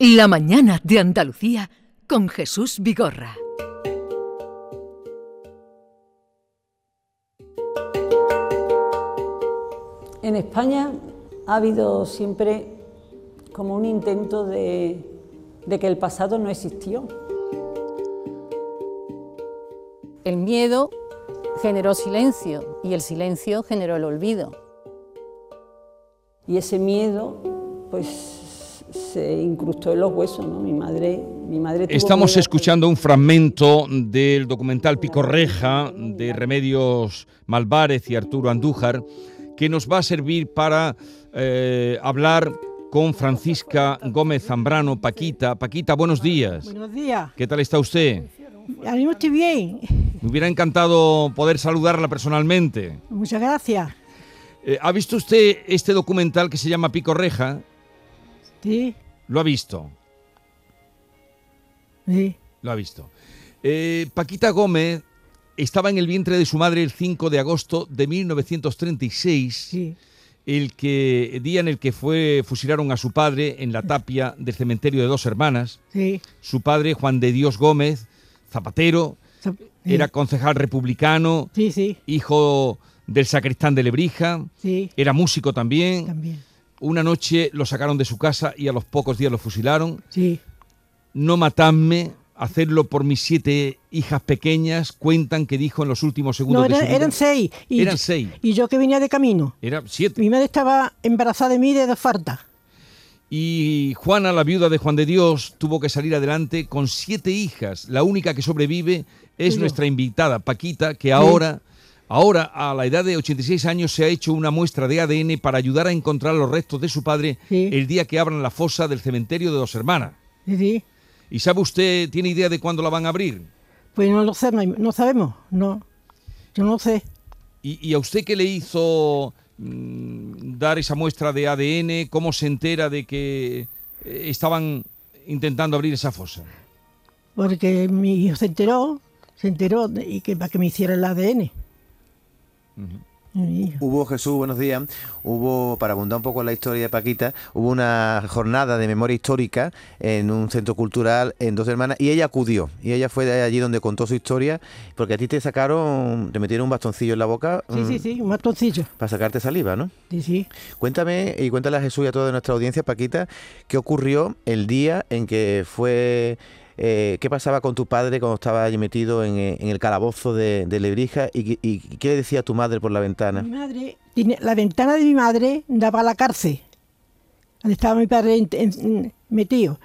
La mañana de Andalucía con Jesús Vigorra. En España ha habido siempre como un intento de, de que el pasado no existió. El miedo generó silencio y el silencio generó el olvido. Y ese miedo, pues se incrustó en los huesos, ¿no? Mi madre, mi madre tuvo Estamos miedo. escuchando un fragmento del documental Picorreja de Remedios Malvarez y Arturo Andújar que nos va a servir para eh, hablar con Francisca Gómez Zambrano, Paquita. Paquita, buenos días. Buenos días. ¿Qué tal está usted? Ahora mismo estoy bien. Me hubiera encantado poder saludarla personalmente. Muchas gracias. Eh, ¿Ha visto usted este documental que se llama Picorreja? Sí, Lo ha visto. sí. Lo ha visto. Eh, Paquita Gómez estaba en el vientre de su madre el 5 de agosto de 1936, sí. el que, día en el que fue, fusilaron a su padre en la tapia del cementerio de dos hermanas. sí. Su padre, Juan de Dios Gómez, zapatero, Sa- era concejal republicano, Sí, sí, hijo del sacristán de Lebrija, sí. era músico también. También. Una noche lo sacaron de su casa y a los pocos días lo fusilaron. Sí, no matadme, hacerlo por mis siete hijas pequeñas, cuentan que dijo en los últimos segundos No, de eran, su vida. eran seis. Y, Eran seis. Y yo que venía de camino. Era siete. Mi madre estaba embarazada de mí de dos fartas. Y Juana, la viuda de Juan de Dios, tuvo que salir adelante con siete hijas. La única que sobrevive es nuestra invitada, Paquita, que ahora, ahora, a la edad de 86 años, se ha hecho una muestra de ADN para ayudar a encontrar los restos de su padre Sí. el día que abran la fosa del cementerio de dos hermanas. Sí, sí. ¿Y sabe usted, tiene idea de cuándo la van a abrir? Pues no lo sé, no, no sabemos. No. Yo no lo sé. ¿Y, y a usted qué le hizo mm, dar esa muestra de ADN? ¿Cómo se entera de que eh, estaban intentando abrir esa fosa? Porque mi hijo se enteró, se enteró de- y que para que me hiciera el ADN. Mi hijo. Hubo, Jesús, buenos días. Hubo, para abundar un poco en la historia de Paquita, hubo una jornada de memoria histórica en un centro cultural en Dos Hermanas y ella acudió. Y ella fue de allí donde contó su historia, porque a ti te sacaron, te metieron un bastoncillo en la boca Sí, mm, sí, sí, un matoncillo. para sacarte saliva, ¿no? Sí, sí. Cuéntame y cuéntale a Jesús y a toda nuestra audiencia, Paquita, qué ocurrió el día en que fue. eh, ¿Qué pasaba con tu padre cuando estaba allí metido en, eh, en el calabozo de, de Lebrija? ¿Y, qué- y qué le decía tu madre por la ventana? Mi madre, tenía- la ventana de mi madre daba a la cárcel, donde estaba mi padre en- en- metido.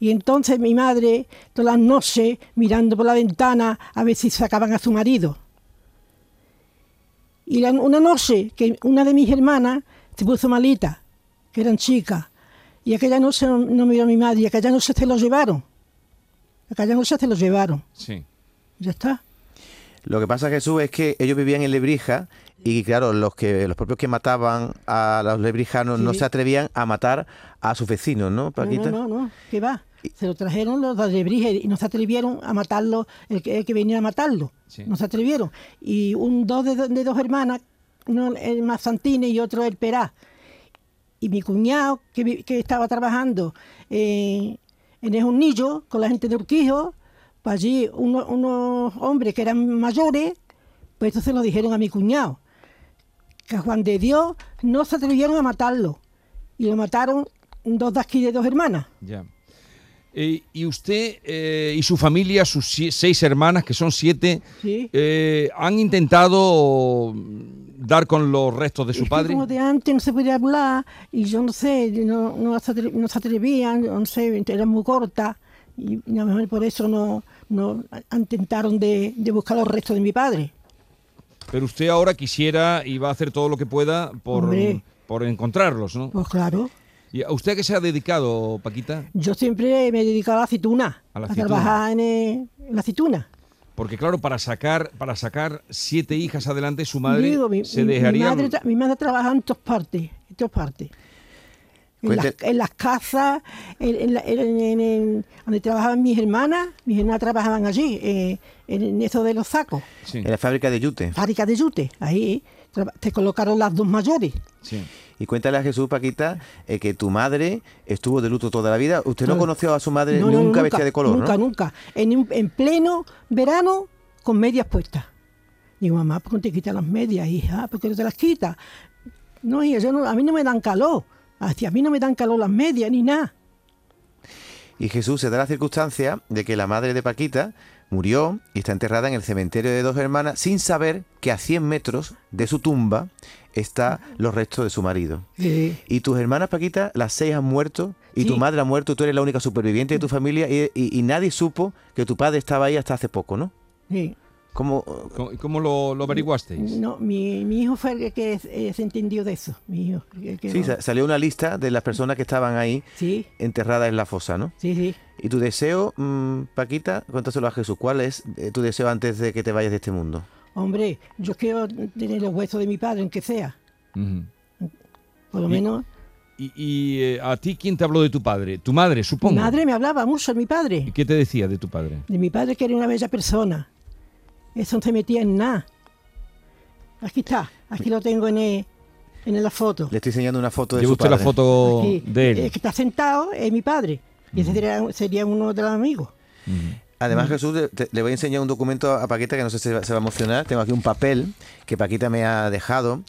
Y entonces mi madre, todas las noches, mirando por la ventana a ver si sacaban a su marido. Y la- una noche que una de mis hermanas se puso malita, que eran chicas, y aquella noche no, no miró a mi madre, y aquella noche se lo llevaron. Aquella noche se lo llevaron. Sí. Ya está. Lo que pasa, Jesús, es que ellos vivían en Lebrija y claro, los que los propios que mataban a los lebrijanos no Sí. se atrevían a matar a sus vecinos, ¿no, No, Paquita? No, no, no, que va. Se lo trajeron los de Alebrije y no se atrevieron a matarlo, el que, el que venía a matarlo. Sí. No se atrevieron. Y un dos de, de dos hermanas, uno el Mazantine y otro el Perá. Y mi cuñado, que, vi- que estaba trabajando eh, en el Unillo con la gente de Urquijo, pues allí uno- unos hombres que eran mayores, pues entonces lo dijeron a mi cuñado que a Juan de Dios no se atrevieron a matarlo. Y lo mataron dos de aquí de dos hermanas. Ya. Eh, y usted eh, y su familia, sus sie- seis hermanas, que son siete, Sí. eh, han intentado mm, dar con los restos de Es su que padre. Como de antes no se podía hablar y yo no sé, no, no se, atre- no se atrevían, no sé, era muy corta y a lo mejor por eso no, no a- intentaron de, de buscar los restos de mi padre. Pero usted ahora quisiera y va a hacer todo lo que pueda por, Hombre. por encontrarlos, ¿no? Pues claro, ¿Y a usted a qué se ha dedicado, Paquita? yo siempre me he dedicado a la aceituna, A a, la trabajar en, eh, en la aceituna. Porque claro, para sacar, para sacar siete hijas adelante, su madre Digo, mi, se mi- mi dejaría. madre, tra- mi madre trabajaba en todas partes, en todas partes. En las, Cuente- en las casas, en, en la- en- en- en- donde trabajaban mis hermanas, mis hermanas trabajaban allí, eh, en, en eso de los sacos, Sí. Ah. En la fábrica de Yute. fábrica de yute, ahí traba- te colocaron las dos mayores. Sí. Y cuéntale a Jesús, Paquita, eh, que tu madre estuvo de luto toda la vida. Usted no Todo. conoció a su madre No, no, Eh, nunca, no, vestida de color, Nunca, ¿no? nunca. En, un- en pleno verano con medias puestas. Digo, mamá, ¿por qué no te quitas las medias, hija? ¿Por qué no te las quitas? No, hija, yo no- a mí no me dan calor. Hacia a mí no me dan calor las medias ni nada. Y Jesús se da la circunstancia de que la madre de Paquita murió y está enterrada en el cementerio de dos hermanas sin saber que a 100 metros de su tumba están los restos de su marido. Y tus hermanas, Paquita, las seis han muerto y tu Sí. madre ha muerto. Tú eres la única superviviente de tu familia y, y- y nadie supo que tu padre estaba ahí hasta hace poco, ¿no? Sí. Como ¿Cómo, cómo lo, lo averiguasteis? No, mi, mi hijo fue el que, que, eh, se entendió de eso. Mi hijo. el que sí, no- sa- salió una lista de las personas que estaban ahí sí, enterradas en la fosa, ¿no? sí, sí. Y tu deseo, mm, Paquita, cuéntaselo a Jesús, ¿cuál es eh, tu deseo antes de que te vayas de este mundo? Hombre, yo quiero tener los huesos de mi padre, aunque sea. Ujú. Por lo Y- menos ¿Y, y, eh, a ti quién te habló de tu padre? Tu madre, mi supongo. madre me hablaba mucho, mi padre. ¿Y qué te decía de tu padre? de mi padre que era una bella persona. Eso no se metía en nada. Aquí está, aquí lo tengo en, eh, en la foto. Le estoy enseñando una foto de Lleva su usted padre. la foto Aquí, de él. El que está sentado es mi padre. Y ese sería, sería uno de los amigos. Además, Jesús, te- te- le voy a enseñar un documento a Paquita que no sé si se va, se va a emocionar. Tengo aquí un papel que Paquita me ha dejado.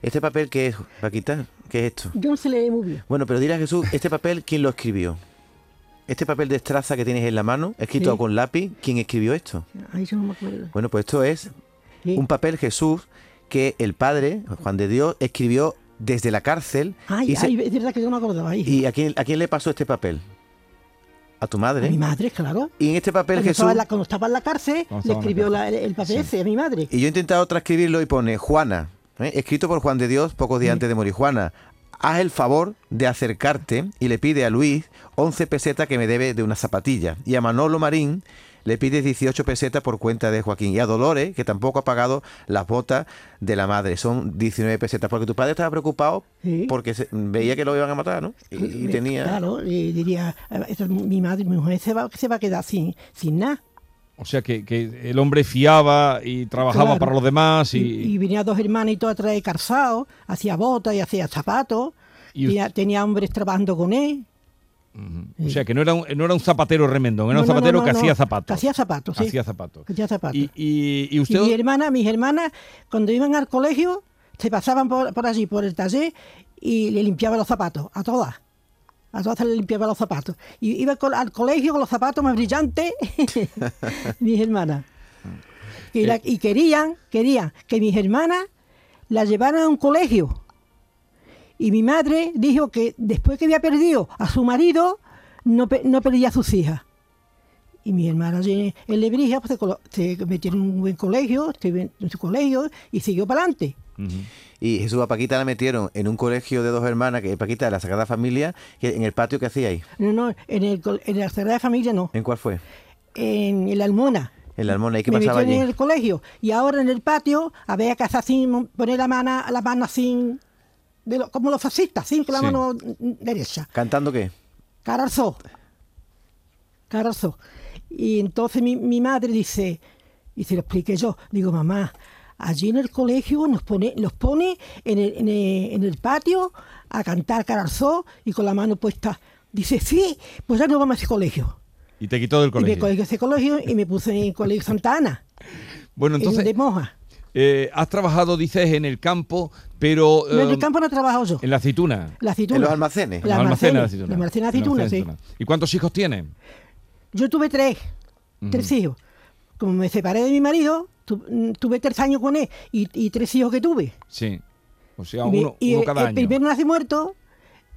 ¿Este papel qué es, Paquita? ¿Qué es esto? Yo no se le ve muy bien. Bueno, pero dirá Jesús, ¿este papel quién lo escribió? Este papel de estraza que tienes en la mano, escrito Sí. con lápiz, ¿quién escribió esto? Ahí yo no me acuerdo. Bueno, pues esto es Sí. un papel Jesús que el padre, Juan de Dios, escribió desde la cárcel. Ay, y, se- ay, es verdad que yo no me acordaba ahí. ¿y a, quién, a quién le pasó este papel? A tu A madre. mi madre, claro. Y en este papel Cuando Jesús... estaba, en la, cuando estaba en la cárcel, Cuando le estaba en la escribió la- el, el papel ese a mi madre. Y yo he intentado transcribirlo y pone Juana, ¿eh? escrito por Juan de Dios pocos días antes de morir. Juana, haz el favor de acercarte y le pide a Luis 11 pesetas que me debe de una zapatilla. Y a Manolo Marín le pide 18 pesetas por cuenta de Joaquín. Y a Dolores, que tampoco ha pagado las botas de la madre. Son 19 pesetas. Porque tu padre estaba preocupado Sí. porque se- veía que lo iban a matar, ¿no? Y, y Me- tenía... Pues, Claro, y diría, "Ah, esa es mi madre, mi mujer se va, se va a quedar sin, sin nada. O sea que, que el hombre fiaba y trabajaba Claro. para los demás y, Y, y venía dos hermanas y todo a traer calzado, hacía botas y hacía zapatos. Y tenía, tenía hombres trabajando con él. o sea que no era un, no era un zapatero remendón, era No, un no, no, zapatero no, que no. hacía zapatos. Que hacía zapatos, sí. Hacía zapatos. Que hacía zapatos. Y, y- y Y usted mi hermana, mis hermanas, cuando iban al colegio, se pasaban por, por allí, por el taller, y le limpiaba los zapatos, a todas. A todas se le limpiaba los zapatos. Y iba col- al colegio con los zapatos más brillantes, mis hermanas. Y, la- y querían, querían que mis hermanas la llevaran a un colegio. Y mi madre dijo que después que había perdido a su marido, no, pe- no perdía a sus hijas. Y mi hermana en en Lebrija pues, se colo- se metió en un buen colegio, estuvo en en su colegio y siguió para adelante. Ujú. Y Jesús a Paquita la metieron en un colegio de dos hermanas, que Paquita de la Sagrada Familia, que en el patio que hacía ahí. No, no, en, el, col- en la Sagrada Familia no, ¿En cuál fue? en, en la Almona. En la Almona. ¿Y qué me pasaba metieron allí? en el colegio y ahora en el patio había que hacer sin mo- poner la mano, la mano sin, de lo- como los fascistas, sin con la Sí. mano mm, derecha. ¿Cantando qué? Carazo. Carazo. Y entonces mi, mi madre dice, y se lo expliqué yo, digo, mamá, allí en el colegio nos pone, los pone en el, en el- en el patio a cantar carazo y con la mano puesta. Dice, sí, pues ya no vamos a ese colegio. y te quitó del Y me colegio. colegio ese colegio y me puse en el colegio Santa Ana, Bueno, en de entonces Moja. eh, has trabajado, dices, en el campo, pero No, en eh, el campo no he trabajado yo. en la aceituna. La aceituna. ¿En los almacenes? La Los almacenes de La almacena de Los aceituna, almacenes de sí. aceituna. ¿Y cuántos hijos tienes? Yo tuve tres, tres hijos. Como me separé de mi marido, tu- mm, tuve tres años con él y, y tres hijos que tuve. Sí. O sea, Y me- uno, y uno el- cada el, año. primero nació muerto,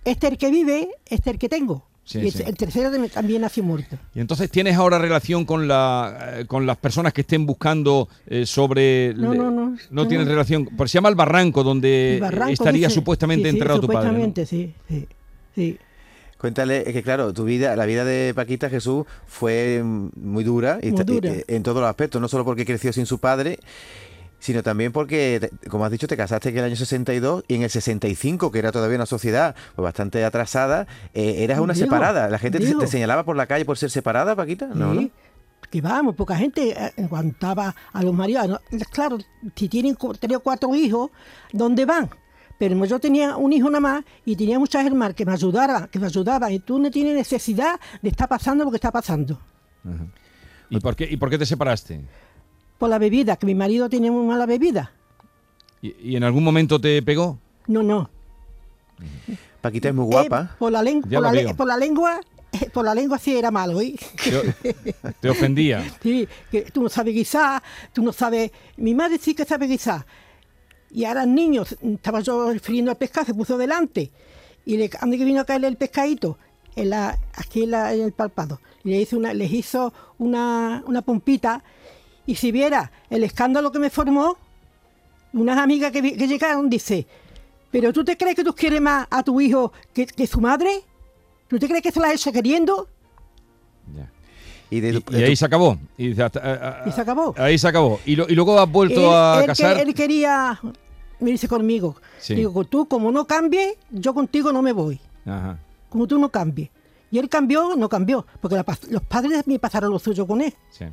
este el que vive, este el que tengo. Sí, y el, sí. el tercero de- también nació muerto. Y entonces tienes ahora relación con la eh, con las personas que estén buscando eh, sobre No, le- no, no, no, tienes no. relación, por se llama el barranco donde El barranco, Eh, estaría dice. supuestamente Sí, sí, enterrado supuestamente, sí, sí, sí. Cuéntale es que claro, tu vida, la vida de Paquita Jesús fue mm, muy dura, y Muy está- y- dura. y- en todos los aspectos, no solo porque creció sin su padre, sino también porque, te- como has dicho, te casaste en el año 62 y en el 65, que era todavía una sociedad pues, bastante atrasada, eh, eras una Digo, separada. La gente te, digo. te señalaba por la calle por ser separada, Paquita. No, Sí. ¿no? que vamos, poca gente eh, aguantaba a los maridos. No, Claro, si tienen cu- tres o cuatro hijos, ¿dónde van? Pero yo tenía un hijo nada más y tenía muchas hermanas que me ayudaban, que me ayudaban. Y tú no tienes necesidad de estar pasando lo que está pasando. ¿Y por qué, y por qué te separaste? Por la bebida, que mi marido tiene muy mala bebida. ¿Y, y en algún momento te pegó? No, no. Paquita es muy guapa. Eh, por, la len- Ya por, lo la le- veo. por la lengua, eh, por la lengua sí era malo, ¿eh? ¿Te, te ofendía? Sí, que tú no sabes guisar, tú no sabes. Mi madre sí que sabe guisar. Y ahora el niño, estaba yo friendo el pescado, se puso delante. Y le, antes que vino a caerle el pescadito, en la, aquí en, la- en el palpado, y le hizo una, les hizo una, una pompita. Y si viera el escándalo que me formó, unas amigas que, vi- que llegaron, dice, ¿pero tú te crees que tú quieres más a tu hijo que, que su madre? ¿Tú te crees que se la has hecho queriendo? Ya. Y, de- Y, de y tu- ahí se acabó. Y, dice, hasta- a- a- Y se acabó. Ahí se acabó. Y, lo- y luego has vuelto él, a él que- casar. él quería irse conmigo. Sí. Digo, tú como no cambies, yo contigo no me voy. Ajá. Como tú no cambies. Y él cambió, no cambió. Porque la pas- los padres me pasaron lo suyo con él. Sí.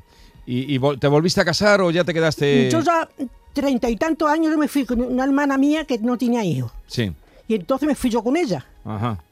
¿Y, y vol- te volviste a casar o ya te quedaste? Yo ya treinta y tantos años yo me fui con una hermana mía que no tenía hijos. Sí. Y entonces me fui yo con ella, Ajá.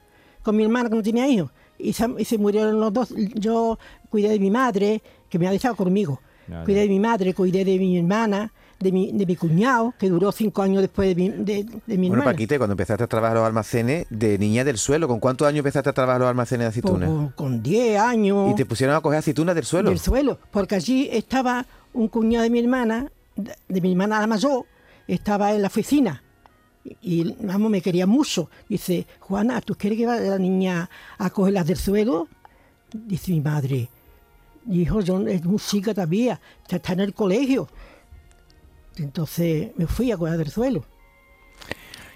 con mi hermana que no tenía hijos. Y se, y se murieron los dos. Yo cuidé de mi madre, que me ha dejado conmigo. Ya, ya. cuidé de mi madre, cuidé de mi hermana, de mi, de mi cuñado, que duró cinco años después de mi, de, de mi Bueno, hermana. Paquita, cuando empezaste a trabajar los almacenes, de niña del suelo, ¿con cuántos años empezaste a trabajar los almacenes de aceitunas? Con- con 10 años Y te pusieron a coger aceitunas del suelo. del suelo, porque allí estaba un cuñado de mi hermana, de, de mi hermana la mayor, estaba en la oficina. Y- Y vamos, me quería mucho. Dice, Juana, ¿tú quieres que vaya la niña a cogerlas del suelo? Dice mi madre, hijo, yo es muy chica todavía, ya está en el colegio. Entonces me fui a coger del suelo.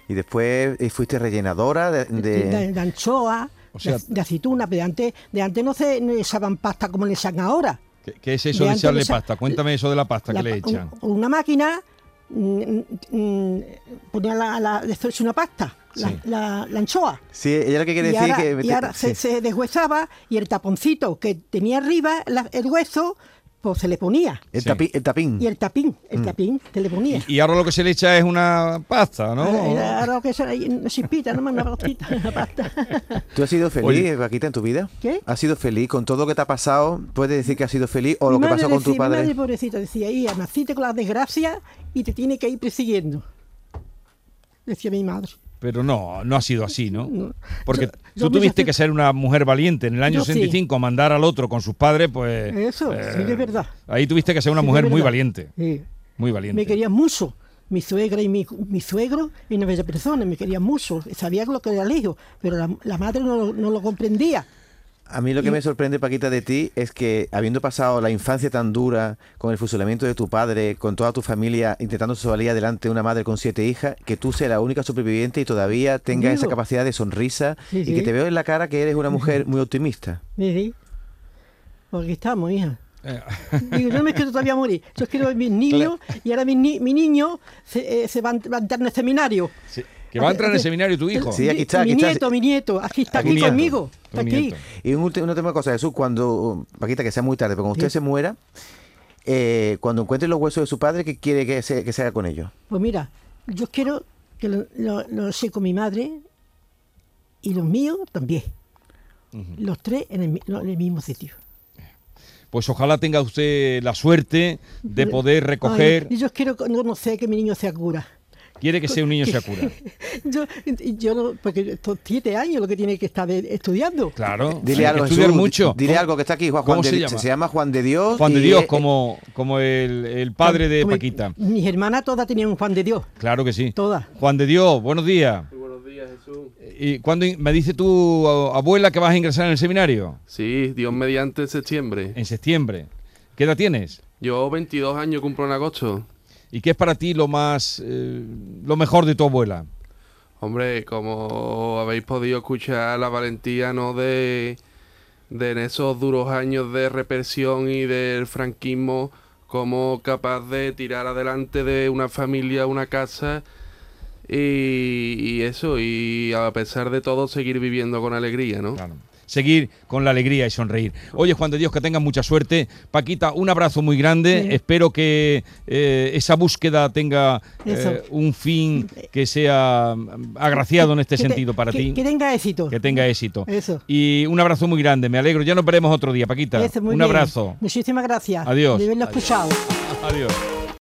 Y después eh, fuiste rellenadora de... de, de- de anchoa, O sea- de, de aceituna, pero de antes, de antes no se no echaban pasta como le echan ahora. ¿Qué, qué es eso De de, antes echarle de esa- pasta? Cuéntame eso de la pasta La que le pa- echan. un- una máquina mm, mm, ponía la, la, de hacerse una pasta, la, Sí. la- la anchoa. Sí, ella lo que quiere Y decir ahora, que... y ahora se, sí. se deshuesaba y el taponcito que tenía arriba la- el hueso, pues se le ponía. El, Sí. tapi- el tapín. Y el tapín, el tapín se le ponía. Mm. Y, y ahora lo que se le echa es una pasta, ¿no? Ahora- Ahora, ahora que eso, ahí, una chispita, nomás una gotita, una pasta. ¿Tú has sido feliz, Oye. Paquita, en tu vida? ¿Qué? ¿Has sido feliz con todo lo que te ha pasado? ¿Puedes decir que has sido feliz o lo Mi que madre pasó con tu decía- mi padre? madre pobrecita decía, hija, naciste con la desgracia y te tiene que ir persiguiendo. Decía mi madre. Pero no, no ha sido así, ¿no? No. Porque Yo- yo tú me tuviste saci- que ser una mujer valiente en el año Yo sí. 65, mandar al otro con sus padres, pues... Eso, sí que es verdad. Ahí tuviste que ser una Sí que es mujer muy verdad. valiente, Sí. muy valiente. Me querían mucho. Mi suegra y mi, mi suegro y una bella persona, me querían mucho. Sabía lo que era el hijo, pero la, la madre no, lo- no lo comprendía. A mí lo que me sorprende, Paquita, de ti es que habiendo pasado la infancia tan dura, con el fusilamiento de tu padre, con toda tu familia, intentando salir adelante una madre con siete hijas, que tú seas la única superviviente y todavía tengas Digo. esa capacidad de sonrisa Sí, y sí. que te veo en la cara que eres una mujer muy optimista. Me di. Porque estamos, hija. Eh, Digo, yo no me quiero todavía morir. Yo quiero ver mis niños y ahora mis ni- mi niño se, eh, se va a va a entrar en el seminario. Sí, Que va a entrar en el seminario tu hijo. Sí, aquí está, mi aquí está. nieto, mi nieto, aquí está, Aquí aquí, nieto, conmigo. tu Está aquí. nieto. Y un ulti- una última cosa, Jesús, cuando, Paquita, que sea muy tarde, pero cuando usted se muera, eh, cuando encuentre los huesos de su padre, ¿qué quiere que se, que se haga con ellos? Pues mira, yo quiero que lo, lo- lo sé con mi madre y los míos también. Los tres en el, mi- lo- en el mismo sitio. Pues ojalá tenga usted la suerte de poder recoger... Ay, yo quiero con- no, no sé que mi niño sea cura. Quiere que sea un niño sea cura. Yo, yo no, porque estos siete años lo que tiene que estar de- estudiando. Claro. Dile hay algo, que estudiar Jesús, mucho. Dile algo que está aquí, Juan, ¿Cómo Juan de- se llama? se llama Juan de Dios. Juan de y eh, Dios, es- como, como el, el padre de Como- Paquita. Mis hermanas todas tenían un Juan de Dios. Claro que sí. Todas. Juan de Dios, buenos días. Buenos días, Jesús. ¿Y cuándo in- me dice tu a- abuela que vas a ingresar en el seminario? Sí, Dios mediante en septiembre. En septiembre. ¿Qué edad tienes? Yo 22 años cumplo en agosto. ¿Y qué es para ti lo más eh, lo mejor de tu abuela? Hombre, como habéis podido escuchar la valentía no de, de en esos duros años de represión y del franquismo, como capaz de tirar adelante de una familia, una casa y, y eso, y a pesar de todo seguir viviendo con alegría, ¿no? Claro. seguir con la alegría y sonreír. Oye, Juan de Dios, que tengas mucha suerte. Paquita, un abrazo muy grande. Sí. Espero que eh, esa búsqueda tenga eh, Eso. Eh, un fin que sea mm, agraciado en este Que te- sentido para que- ti. Que tenga éxito. Que tenga éxito. Eso. Y un abrazo muy grande, me alegro. Ya nos veremos otro día, Paquita. Eso, muy un bien. abrazo. Muchísimas gracias. Adiós. De haberlo Adiós. escuchado. Adiós.